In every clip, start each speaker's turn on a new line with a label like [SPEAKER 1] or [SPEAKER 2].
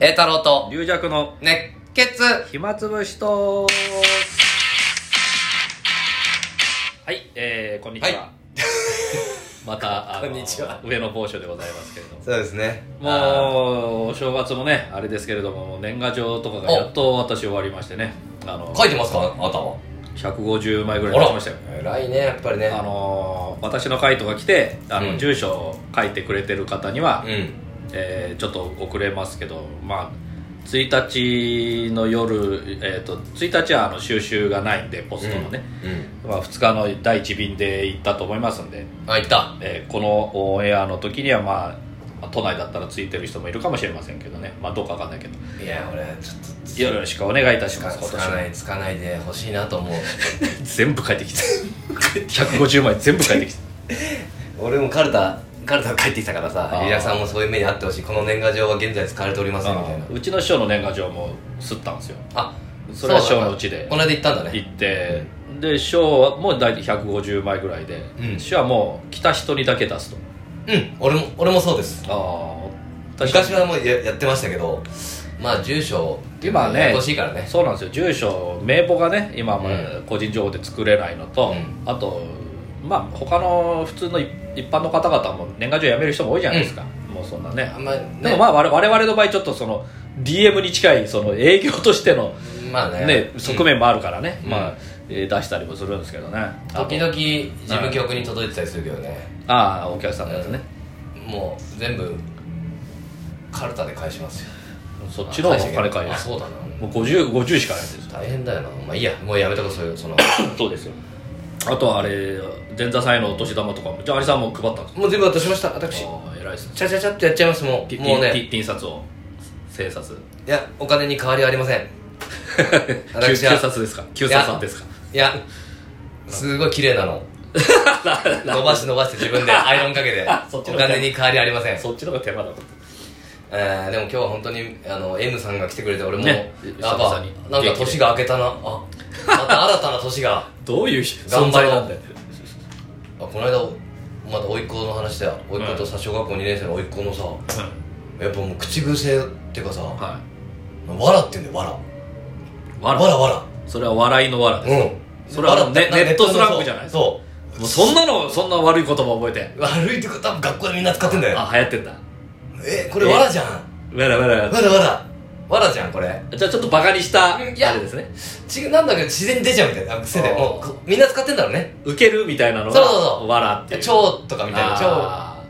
[SPEAKER 1] 栄太郎と
[SPEAKER 2] 龍弱の
[SPEAKER 1] 熱血
[SPEAKER 2] 暇つぶしとはい、えー、こんにちは、
[SPEAKER 1] はい
[SPEAKER 2] またあの
[SPEAKER 1] こんにちは
[SPEAKER 2] 上の某所でございますけれども
[SPEAKER 1] そうですね
[SPEAKER 2] もうお正月もねあれですけれどももう年賀状とかがやっと私終わりましてねあの
[SPEAKER 1] 書いてますかあなたは
[SPEAKER 2] 150枚ぐ
[SPEAKER 1] あ
[SPEAKER 2] らい出しましたよ
[SPEAKER 1] 偉いねやっぱりね
[SPEAKER 2] あのー私の回とか来てあの、
[SPEAKER 1] うん
[SPEAKER 2] 住所を書いてくれてる方には、
[SPEAKER 1] うん
[SPEAKER 2] えーちょっと遅れますけどまあ1日の夜、えー、と1日はあの収集がないんでポストのね、
[SPEAKER 1] うん
[SPEAKER 2] まあ、2日の第1便で行ったと思いますんで、
[SPEAKER 1] あ行った
[SPEAKER 2] えーこのオンエアの時にはまあまあ都内だったらついてる人もいるかもしれませんけどね、まあ、どうかわかんないけど
[SPEAKER 1] いや俺ちょっとつ
[SPEAKER 2] よろしくお願いいたし
[SPEAKER 1] つ
[SPEAKER 2] ま
[SPEAKER 1] か
[SPEAKER 2] す今
[SPEAKER 1] つ
[SPEAKER 2] 年
[SPEAKER 1] か
[SPEAKER 2] は
[SPEAKER 1] ないつかないで欲しいなと思う
[SPEAKER 2] 全部書いてきた150枚全部 書いてきた
[SPEAKER 1] 俺もカルタカルタ帰ってきたからさ
[SPEAKER 2] あー
[SPEAKER 1] リラさんもそういう目にあってほしいこの年賀状は現在使われておりませんみたいな
[SPEAKER 2] うちの師匠の年賀状も吸ったんですよ
[SPEAKER 1] あ
[SPEAKER 2] それは
[SPEAKER 1] うだ
[SPEAKER 2] 小のうちで
[SPEAKER 1] この間行ったんだね
[SPEAKER 2] 行ってで師匠はもう大体150枚ぐらいで、
[SPEAKER 1] うん
[SPEAKER 2] 師匠はもう来た人にだけ出すと
[SPEAKER 1] うん俺も俺もそうです
[SPEAKER 2] ああ
[SPEAKER 1] 昔はもうややってましたけどまあ住所
[SPEAKER 2] 今ね
[SPEAKER 1] ややこしいからね
[SPEAKER 2] そうなんですよ住所名簿がね今はまあ
[SPEAKER 1] う
[SPEAKER 2] 個人情報で作れないの
[SPEAKER 1] う
[SPEAKER 2] と、あとまあ他の普通の一一般の方々も年賀状やめる人も多いじゃないですか、もうそんなね
[SPEAKER 1] あんまりね
[SPEAKER 2] でもまあ我々我々の場合ちょっとその DM に近いその営業としての
[SPEAKER 1] まあね
[SPEAKER 2] ね、
[SPEAKER 1] うん
[SPEAKER 2] 側面もあるからね、
[SPEAKER 1] うん
[SPEAKER 2] まあ、えー出したりもするんですけどねあと
[SPEAKER 1] 時々事務局に届いてたりするけどね、
[SPEAKER 2] ああお客さんのやつね、
[SPEAKER 1] もう全部カルタで返しますよ
[SPEAKER 2] そっちの方がお金かい
[SPEAKER 1] あ
[SPEAKER 2] や
[SPEAKER 1] そうだな
[SPEAKER 2] もう 50, 50しかないんですよ
[SPEAKER 1] 大変だよなまあいいやもうやめとこうそういうその
[SPEAKER 2] そうですよあとはあれ前座祭のお年玉とかもじゃあアリさんも配ったんです か
[SPEAKER 1] もう全部渡しました私
[SPEAKER 2] ああ偉いですね
[SPEAKER 1] ちゃちゃちゃっとやっちゃいますもう
[SPEAKER 2] ピピ
[SPEAKER 1] もうね
[SPEAKER 2] ピピン札を千札
[SPEAKER 1] いやお金に変わりはありません
[SPEAKER 2] 旧
[SPEAKER 1] 私は
[SPEAKER 2] 旧札ですか旧札さんですか
[SPEAKER 1] いやすごい綺麗な の伸ばして伸ばして自分でアイロンかけて
[SPEAKER 2] そ
[SPEAKER 1] お
[SPEAKER 2] っちの方が
[SPEAKER 1] 金に変わりありません
[SPEAKER 2] そっちの方が手間だと
[SPEAKER 1] えーでも今日は本当にあの M さんが来てくれて俺も、
[SPEAKER 2] ね
[SPEAKER 1] やっ
[SPEAKER 2] 久
[SPEAKER 1] ぱ
[SPEAKER 2] 々に
[SPEAKER 1] なんか年が明けたなあまた新たな年があ
[SPEAKER 2] どういう
[SPEAKER 1] 頑
[SPEAKER 2] 存
[SPEAKER 1] 張ろ
[SPEAKER 2] 在
[SPEAKER 1] う
[SPEAKER 2] なんだよ
[SPEAKER 1] この間まだ甥っ子の話だよ甥っ子とさ小学校2年生の甥っ子のさやっぱもう口癖っていうかさ「
[SPEAKER 2] は
[SPEAKER 1] わら」って言うんだよ「わ
[SPEAKER 2] いわ
[SPEAKER 1] ら」「
[SPEAKER 2] ら
[SPEAKER 1] わらわ
[SPEAKER 2] それは笑いのわら
[SPEAKER 1] ら」
[SPEAKER 2] です、
[SPEAKER 1] うん
[SPEAKER 2] それはもうね
[SPEAKER 1] わらって
[SPEAKER 2] ネットスラングじゃない
[SPEAKER 1] そ
[SPEAKER 2] もうそんなのそんな悪い言葉覚えて
[SPEAKER 1] う悪いってことは多分学校でみんな使ってんだよ
[SPEAKER 2] あ流行ってんだ
[SPEAKER 1] えこれわらじゃん
[SPEAKER 2] わらわら
[SPEAKER 1] わらわらわらじゃんこれ
[SPEAKER 2] じゃあちょっとバカにしたあれ
[SPEAKER 1] うんいや
[SPEAKER 2] ですね
[SPEAKER 1] 違うなんだけど自然に出ちゃうみたいな癖で
[SPEAKER 2] あー
[SPEAKER 1] もうこみんな使ってんだろうね
[SPEAKER 2] ウケるみたいなの
[SPEAKER 1] そうそうそう
[SPEAKER 2] わらっ
[SPEAKER 1] 「
[SPEAKER 2] ていう
[SPEAKER 1] 超」とかみたいな「
[SPEAKER 2] あ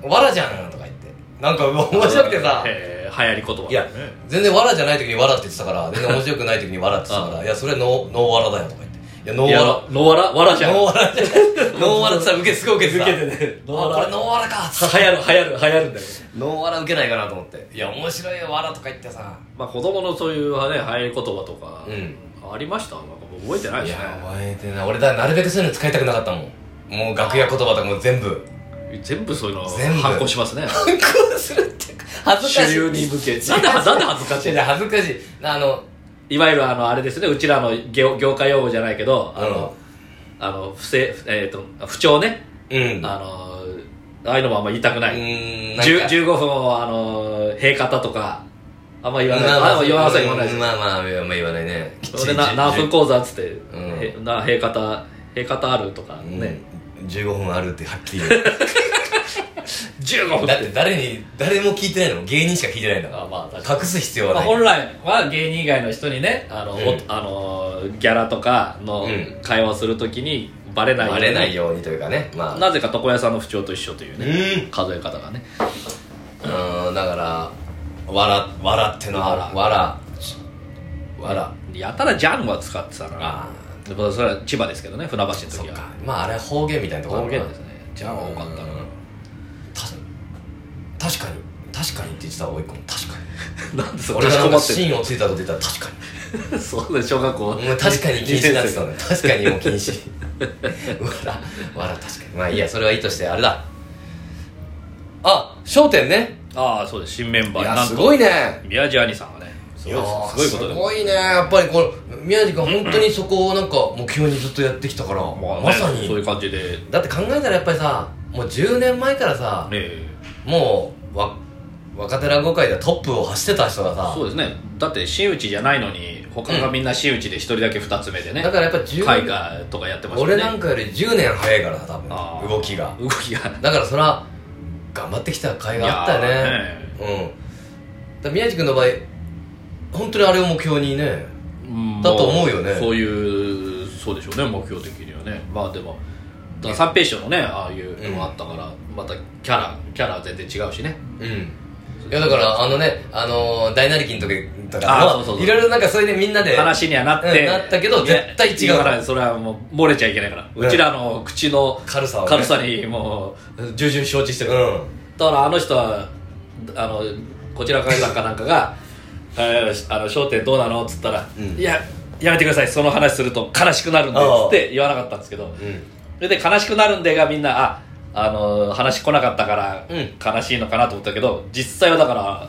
[SPEAKER 1] 超」「わらじゃん」とか言ってなんかもう面白くてさ
[SPEAKER 2] えー流行り言葉
[SPEAKER 1] いや全然「わら」じゃない時に「わら」って言ってたから全然面白くない時に「わら」って言ってたから「いやそれノーノーわらだよ」とか言って「いやノ
[SPEAKER 2] ノ
[SPEAKER 1] ー
[SPEAKER 2] ー
[SPEAKER 1] わ
[SPEAKER 2] ワラノーワラわらじ
[SPEAKER 1] ら」
[SPEAKER 2] ゃん
[SPEAKER 1] ノーわらじゃないノーわらってさ受けすごい受けてた
[SPEAKER 2] 受けてね
[SPEAKER 1] あこれノーわらか
[SPEAKER 2] 流行る流行る流行るんだよ
[SPEAKER 1] ノーわら受けないかなと思っていや面白いよわらとか言ってさ
[SPEAKER 2] まあ子供のそういうね流行り言葉とか
[SPEAKER 1] うん
[SPEAKER 2] ありましたなんかもう覚えてない
[SPEAKER 1] い
[SPEAKER 2] し
[SPEAKER 1] や
[SPEAKER 2] ね
[SPEAKER 1] 覚えてない俺だなるべくそういうの使いたくなかったもんもう楽屋言葉とかもう全 部
[SPEAKER 2] 全部そういうの
[SPEAKER 1] 全部
[SPEAKER 2] 反抗しますね
[SPEAKER 1] 反抗するって恥ず
[SPEAKER 2] 主
[SPEAKER 1] かしい
[SPEAKER 2] 流 に向けなんでなんで恥ずかし
[SPEAKER 1] 違う違う恥ずか しいあの
[SPEAKER 2] いいわゆるあのあれですねうちらの業業界用語じゃないけどあのあの不正えーと不調ね
[SPEAKER 1] うん
[SPEAKER 2] あのああいうのもあんま言いたく
[SPEAKER 1] う
[SPEAKER 2] ない
[SPEAKER 1] ーんなんか
[SPEAKER 2] 10 15分をあの閉方とかあんま言わない、
[SPEAKER 1] ま
[SPEAKER 2] あ
[SPEAKER 1] あまあ
[SPEAKER 2] んま言わない言わないです
[SPEAKER 1] まあまあまあ言わないねきっ
[SPEAKER 2] それな何分講座っつって、
[SPEAKER 1] ん
[SPEAKER 2] へな閉方閉方あるとかね、
[SPEAKER 1] うん15分あるってはっきり言う
[SPEAKER 2] 15分っ
[SPEAKER 1] だってて誰に誰も聞いてないの芸人しか聞いてないんだ
[SPEAKER 2] あ
[SPEAKER 1] か
[SPEAKER 2] まあ確から
[SPEAKER 1] 隠す必要は
[SPEAKER 2] まあ、
[SPEAKER 1] ない
[SPEAKER 2] 本来は芸人以外の人にねあの、
[SPEAKER 1] うん
[SPEAKER 2] おあのギャラとかの
[SPEAKER 1] うん
[SPEAKER 2] 会話をするときにバレないよう
[SPEAKER 1] バ
[SPEAKER 2] に
[SPEAKER 1] レないようにというかねまあ
[SPEAKER 2] なぜか床屋さんの不調と一緒という
[SPEAKER 1] う
[SPEAKER 2] ね、
[SPEAKER 1] ん
[SPEAKER 2] 数え方がね
[SPEAKER 1] うんだからわらわらってのは
[SPEAKER 2] わら
[SPEAKER 1] わらわら
[SPEAKER 2] やたら「ジャン」は使ってたな
[SPEAKER 1] あ
[SPEAKER 2] でもそれは千葉ですけどね船橋の
[SPEAKER 1] そっ
[SPEAKER 2] 時は
[SPEAKER 1] かまああれ方言みたいなところ
[SPEAKER 2] 方言ですね「ジャン」は多かったな
[SPEAKER 1] た確かに確かにって言ってた甥っ子も確かに
[SPEAKER 2] なんでそこ
[SPEAKER 1] 俺
[SPEAKER 2] かし
[SPEAKER 1] がな
[SPEAKER 2] こ
[SPEAKER 1] ん
[SPEAKER 2] ま
[SPEAKER 1] か
[SPEAKER 2] ってる
[SPEAKER 1] 芯をついたこと言ったら確かに
[SPEAKER 2] そうだよ小学校
[SPEAKER 1] お前確かに禁止になってた
[SPEAKER 2] ね
[SPEAKER 1] ね確かにもう禁止 わらわら確かにまあいいやそれはいいとしてあれだあ商店ね
[SPEAKER 2] ああそうです新メン
[SPEAKER 1] い
[SPEAKER 2] バー
[SPEAKER 1] や
[SPEAKER 2] なん
[SPEAKER 1] す
[SPEAKER 2] と
[SPEAKER 1] ごいね
[SPEAKER 2] 宮地兄さんはねす
[SPEAKER 1] い
[SPEAKER 2] ごい
[SPEAKER 1] や
[SPEAKER 2] すごいこと
[SPEAKER 1] す
[SPEAKER 2] で
[SPEAKER 1] ごいねやっぱりこの宮治君本当にそこをなんか目標にずっとやってきたから、
[SPEAKER 2] あね
[SPEAKER 1] まさ
[SPEAKER 2] そうい
[SPEAKER 1] に
[SPEAKER 2] う感じでね
[SPEAKER 1] だって考えたらやっぱりさもう10年前からさ、
[SPEAKER 2] え
[SPEAKER 1] もうわ若手落語界ではトップを走ってた人がさ
[SPEAKER 2] そうですねだって真打ちじゃないのに他がみんな真打ちで一人だけ二つ目でね、
[SPEAKER 1] だからやっぱ10
[SPEAKER 2] 海外とかやってましたね
[SPEAKER 1] 俺なんかより10年早いからさ
[SPEAKER 2] あ
[SPEAKER 1] 多分
[SPEAKER 2] ー
[SPEAKER 1] 動きが
[SPEAKER 2] 動きが
[SPEAKER 1] だからそれは頑張ってきた甲斐があったよね
[SPEAKER 2] いやー
[SPEAKER 1] うんだから宮治君の場合本当にあれを目標にね
[SPEAKER 2] う ん
[SPEAKER 1] だと思うよね
[SPEAKER 2] まあそういうそうでしょうね目標的にはねまあでもだから三平師匠のねああいうのもあったから、またキャラキャラは全然違うしね
[SPEAKER 1] うんいやだからあのねあのー大なり金とかと
[SPEAKER 2] あー
[SPEAKER 1] か
[SPEAKER 2] そうそう
[SPEAKER 1] の
[SPEAKER 2] そう
[SPEAKER 1] いろいろなんかそれでみんなで
[SPEAKER 2] 話にはなって、
[SPEAKER 1] うんなったけど
[SPEAKER 2] いや
[SPEAKER 1] 絶対違う
[SPEAKER 2] だからそれはもう漏れちゃいけないから、
[SPEAKER 1] うん
[SPEAKER 2] うちらの口の
[SPEAKER 1] 軽さをね
[SPEAKER 2] 軽さにもう重々承知して
[SPEAKER 1] う
[SPEAKER 2] る、
[SPEAKER 1] ん
[SPEAKER 2] だからあの人はあのこちら海さんかなんかが「えーあの商店どうなの?」っつったら「
[SPEAKER 1] うん
[SPEAKER 2] いややめてくださいその話すると悲しくなるんで」っつって言わなかったんですけどそれで「悲しくなるんで」がみんなああの話来なかったから
[SPEAKER 1] うん
[SPEAKER 2] 悲しいのかなと思ったけど、実際はだから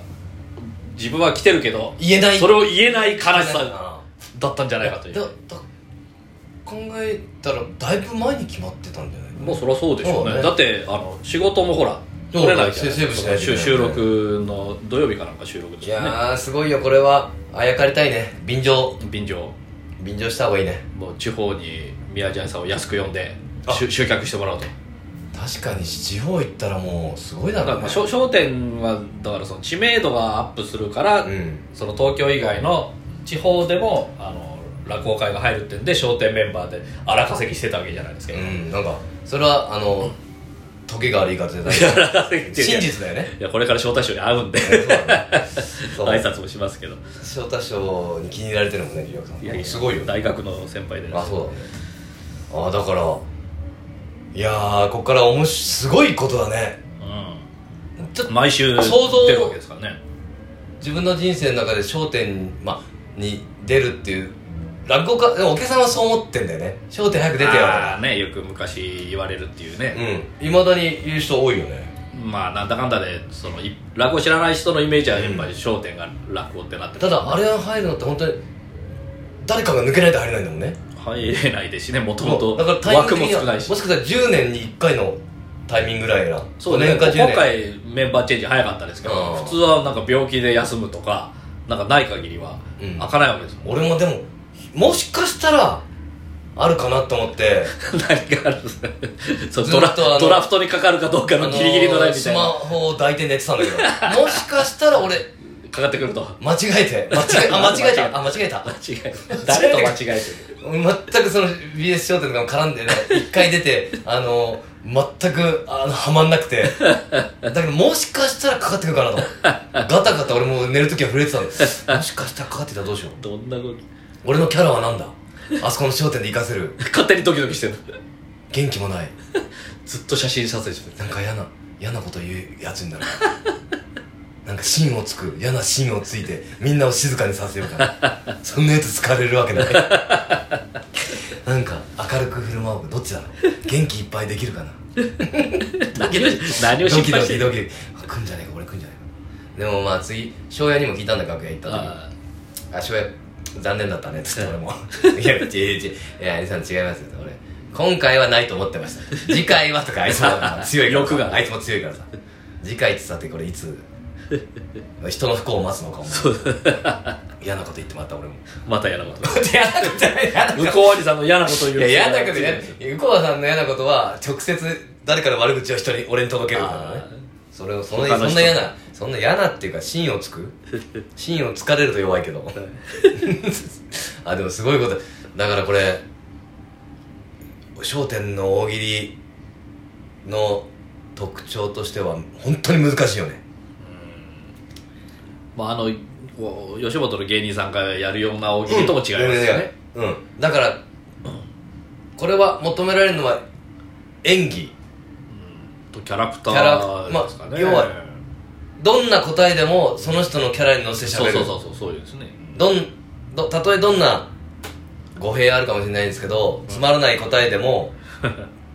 [SPEAKER 2] 自分は来てるけど
[SPEAKER 1] 言えない
[SPEAKER 2] それを言えない悲しさ
[SPEAKER 1] だ
[SPEAKER 2] だったんじゃないかとい
[SPEAKER 1] だ
[SPEAKER 2] う
[SPEAKER 1] 考えたらだいぶ前に決まってたんじゃない
[SPEAKER 2] もうそりゃそうでしょうね
[SPEAKER 1] そうね
[SPEAKER 2] だってあの仕事もほら
[SPEAKER 1] そう
[SPEAKER 2] 取れないじゃない
[SPEAKER 1] セーブしないといけない
[SPEAKER 2] 収録の土曜日かなんか収録で
[SPEAKER 1] い
[SPEAKER 2] すよね
[SPEAKER 1] やーすごいよこれはあやかりたいね便乗
[SPEAKER 2] 便乗
[SPEAKER 1] 便乗した方がいいね
[SPEAKER 2] もう地方に宮ジャンさんを安く呼んで
[SPEAKER 1] あ
[SPEAKER 2] 集集客してもらおうと
[SPEAKER 1] 確かに地方行ったらもうすごいだ
[SPEAKER 2] だか
[SPEAKER 1] ろ
[SPEAKER 2] ら
[SPEAKER 1] う
[SPEAKER 2] ま
[SPEAKER 1] ね
[SPEAKER 2] あ商商店はだからその知名度がアップするから、
[SPEAKER 1] うん
[SPEAKER 2] その東京以外の地方でもあの落語会が入るってんで商店メンバーで荒稼ぎしてたわけじゃないですか、
[SPEAKER 1] うんなんかそれはあの時が悪い言い方じゃない
[SPEAKER 2] 荒稼ぎってい う
[SPEAKER 1] 真
[SPEAKER 2] か
[SPEAKER 1] 実だよね
[SPEAKER 2] いやこれから招待賞に会うんで
[SPEAKER 1] そう
[SPEAKER 2] 挨拶もしますけど
[SPEAKER 1] 翔太賞に気に入られてるもんね龍角さん
[SPEAKER 2] いやいや
[SPEAKER 1] すごいよ
[SPEAKER 2] 大学の先輩で
[SPEAKER 1] あそうだねああだからいやーこっからおもしすごいことだねちょっ
[SPEAKER 2] うん、
[SPEAKER 1] と
[SPEAKER 2] 毎週
[SPEAKER 1] 想像
[SPEAKER 2] 出るわけですからね
[SPEAKER 1] 自分の人生の中で『笑点』まあに出るっていう落語家でもお客さんはそう思ってんだよね『笑点』早く出てよ
[SPEAKER 2] あーねよく昔言われるっていうね、
[SPEAKER 1] うんいまだに言う人多いよね
[SPEAKER 2] まあなんだかんだでそのい落語知らない人のイメージはやっぱり『笑点』が落語ってなってる
[SPEAKER 1] ただあれが入るのって本当に誰かが抜けないと入れないんだもんね
[SPEAKER 2] 入れないですしねもともと
[SPEAKER 1] だからタイミング
[SPEAKER 2] 枠
[SPEAKER 1] 的
[SPEAKER 2] も
[SPEAKER 1] には
[SPEAKER 2] 少ないし
[SPEAKER 1] もしかしたら10年に1回のタイミングぐらいな
[SPEAKER 2] そう
[SPEAKER 1] 5
[SPEAKER 2] ね
[SPEAKER 1] 年か
[SPEAKER 2] 今
[SPEAKER 1] 10年
[SPEAKER 2] 回メンバーチェンジ早かったですけど
[SPEAKER 1] うん
[SPEAKER 2] 普通はなんか病気で休むとかなんかない限りは
[SPEAKER 1] うん
[SPEAKER 2] 開かないわけですもん、
[SPEAKER 1] 俺もでももしかしたらあるかなと思って
[SPEAKER 2] 何かあるんですねそう
[SPEAKER 1] ずっ
[SPEAKER 2] ド
[SPEAKER 1] と
[SPEAKER 2] ラ
[SPEAKER 1] あの
[SPEAKER 2] ドラフトにかかるかどうかのギリギリのラインみたい
[SPEAKER 1] あ
[SPEAKER 2] な、
[SPEAKER 1] のースマホを抱いて寝てたんだけどもしかしたら俺
[SPEAKER 2] かかってくると
[SPEAKER 1] 間違えて間違えあ間違えたあ間違えた
[SPEAKER 2] 間違え誰と間違えてる
[SPEAKER 1] 全くその BS 商店とかも絡んでね一回出てあの全くあのはまんなくてだけどもしかしたらかかってくるかなとガタガタ俺もう寝る時は震えてたのもしかしたらかかってきたらどうしよう
[SPEAKER 2] どんなこと
[SPEAKER 1] 俺のキャラはなんだあそこの商店で活かせる
[SPEAKER 2] 勝手にドキドキしてる
[SPEAKER 1] 元気もない
[SPEAKER 2] ずっと写真撮影してる
[SPEAKER 1] なんか嫌な嫌なこと言うやつになる なんか芯をつく嫌な芯をついてみんなを静かにさせようかな そんなやつ疲れるわけない なんか明るく振る舞おうどっちだろう元気いっぱいできるかな
[SPEAKER 2] 何を何
[SPEAKER 1] ド
[SPEAKER 2] を
[SPEAKER 1] キド
[SPEAKER 2] 心
[SPEAKER 1] キ
[SPEAKER 2] 配
[SPEAKER 1] ド
[SPEAKER 2] して
[SPEAKER 1] キ
[SPEAKER 2] る
[SPEAKER 1] ドキあ来んじゃねえか俺来んじゃねえかでもまあ次庄屋にも聞いたんだ楽屋行った時に
[SPEAKER 2] あ
[SPEAKER 1] あ、しょ残念だったねっつって俺も 「いや違う違ういや兄さん違いますよ」俺今回はないと思ってま した次回はとかあいつも強いからさ
[SPEAKER 2] 欲が
[SPEAKER 1] あいつも強いからさ次回ってさってこれいつ 人の不幸を待つのかも嫌なこと言ってまた俺も
[SPEAKER 2] ーまた嫌なこと
[SPEAKER 1] 嫌なことない嫌なこと
[SPEAKER 2] 向こう兄さんの嫌なことを言う
[SPEAKER 1] いや嫌なことね向こうさんの嫌なことは直接誰かの悪口を人に俺に届けるからね
[SPEAKER 2] あ
[SPEAKER 1] それをそんな
[SPEAKER 2] 他の
[SPEAKER 1] そん
[SPEAKER 2] 人
[SPEAKER 1] な嫌なそんな嫌なっていうか芯をつ く芯をつかれると弱いけど あでもすごいことだからこれ『笑点』の大喜利の特徴としては本当に難しいよね
[SPEAKER 2] まああのこう吉本の芸人さんがやるような大喜利とも違いますよね、
[SPEAKER 1] うん、うんだからこれは求められるのは演技
[SPEAKER 2] とキャラクタ
[SPEAKER 1] キャラ
[SPEAKER 2] ーですかね、
[SPEAKER 1] まあ要はどんな答えでもその人のキャラに乗せてしゃ
[SPEAKER 2] そう
[SPEAKER 1] べる
[SPEAKER 2] そうそうそうそういうですね
[SPEAKER 1] どんどたとえどんな語弊あるかもしれないんですけどつまらない答えで も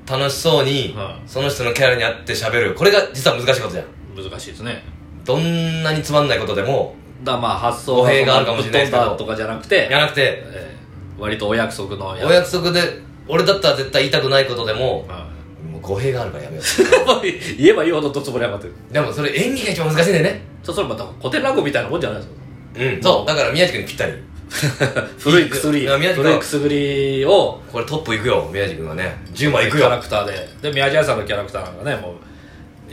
[SPEAKER 1] 楽しそうに
[SPEAKER 2] はい
[SPEAKER 1] その人のキャラに合ってしゃべるこれが実は難しいことじゃん
[SPEAKER 2] 難しいですね
[SPEAKER 1] どんなにつまんないことでも
[SPEAKER 2] だからまあ発想
[SPEAKER 1] 語弊があるかもしれないですけど
[SPEAKER 2] ぶっ飛んだとかじゃなくて
[SPEAKER 1] やらなくて
[SPEAKER 2] えー割とお約束の
[SPEAKER 1] お約束で俺だったら絶対言いたくないことでも
[SPEAKER 2] 束、
[SPEAKER 1] もう語弊があるからやめよう
[SPEAKER 2] 言えば言うほどどつぼり上がってる
[SPEAKER 1] でもそれ演技が一番難しいんだよね
[SPEAKER 2] そそれまた古典落語みたいなもんじゃないで すか
[SPEAKER 1] うんそうだから宮地君にぴったり
[SPEAKER 2] 古い薬
[SPEAKER 1] いや宮地君
[SPEAKER 2] 古い薬を
[SPEAKER 1] これトップいくよ宮地君はね10枚いく
[SPEAKER 2] キャラ
[SPEAKER 1] よ
[SPEAKER 2] クターでで宮地愛さんのキャラクターなんかねも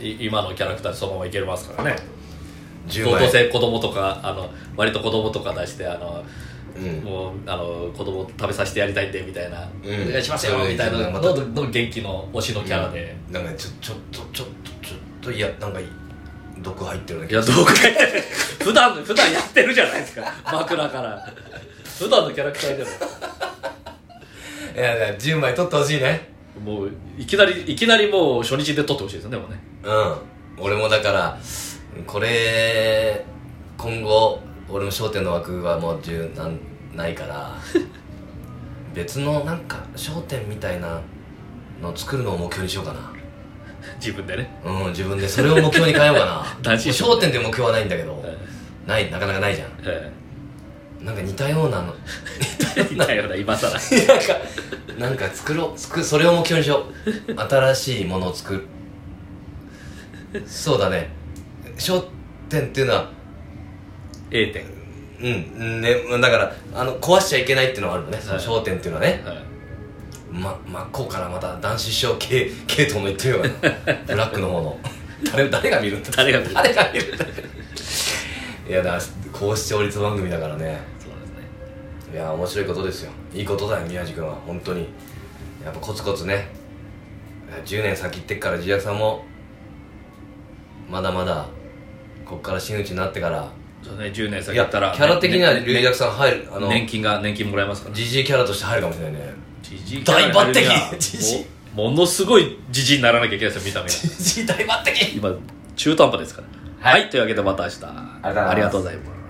[SPEAKER 2] うい今のキャラクターそのままいけますからね
[SPEAKER 1] 10
[SPEAKER 2] 高
[SPEAKER 1] 枚
[SPEAKER 2] 校生子供とかあの割と子供とか出してあの
[SPEAKER 1] うん
[SPEAKER 2] もうあの子供食べさせてやりたいんでみたいな、
[SPEAKER 1] うん
[SPEAKER 2] お願いしますよ
[SPEAKER 1] そういう
[SPEAKER 2] みたいな
[SPEAKER 1] ま
[SPEAKER 2] の
[SPEAKER 1] た
[SPEAKER 2] のの元気の推しのキャラで、
[SPEAKER 1] なんかねちょちょっとちょっとちょっといやなんかいい毒入ってるだ
[SPEAKER 2] い
[SPEAKER 1] け
[SPEAKER 2] やどうか 普段普段やってるじゃないですか枕から普段のキャラクターじゃない
[SPEAKER 1] いやいや10枚取ってほしいね
[SPEAKER 2] もういきなりいきなりもう初日で撮ってほしいですよねもうね
[SPEAKER 1] うん俺もだからこれ今後俺も『笑点』の枠はもう十なんないから 別のなんか『笑点』みたいなの作るのを目標にしようかな
[SPEAKER 2] 自分でね
[SPEAKER 1] うん自分でそれを目標に変えようかな
[SPEAKER 2] 大事
[SPEAKER 1] もう焦点って目標はないんだけど、
[SPEAKER 2] え
[SPEAKER 1] ないなかなかないじゃん
[SPEAKER 2] ええ
[SPEAKER 1] なんか似たようなの
[SPEAKER 2] えみたいな 今更
[SPEAKER 1] なんかなんか作ろう作それを目標にしよう新しいものを作るそうだね焦点っていうのは
[SPEAKER 2] A 点
[SPEAKER 1] うんねだからあの壊しちゃいけないっていうのはあるのね、その焦点っていうのはね
[SPEAKER 2] はい
[SPEAKER 1] ま真っ向からまた男子師匠系系統の言ってるようなブラックの方の誰誰が見るんだ
[SPEAKER 2] 誰が見る
[SPEAKER 1] 誰が見るんだいやだ高視聴率番組だからね
[SPEAKER 2] そうですね
[SPEAKER 1] いや面白いことですよいいことだよ宮治君は本当にやっぱコツコツね10年先行ってっから自虐さんもまだまだこっから真打ちになってから
[SPEAKER 2] そうね10年
[SPEAKER 1] い
[SPEAKER 2] 先
[SPEAKER 1] や
[SPEAKER 2] だっ
[SPEAKER 1] キ
[SPEAKER 2] たら
[SPEAKER 1] ャラ的には龍
[SPEAKER 2] ね
[SPEAKER 1] クさん入るあの
[SPEAKER 2] 年金が年金もらえますから
[SPEAKER 1] ジジイキャラとして入るかもしれないね
[SPEAKER 2] ジジイ
[SPEAKER 1] 大抜擢
[SPEAKER 2] キャラになるには
[SPEAKER 1] ジジイ
[SPEAKER 2] もものすごいジジイにならなきゃいけないですよ見た 目が
[SPEAKER 1] ジジイ大抜擢
[SPEAKER 2] 今中途半端ですから
[SPEAKER 1] は
[SPEAKER 2] はいい、というわけでまた明日
[SPEAKER 1] ありがとうございます
[SPEAKER 2] ありがとうございます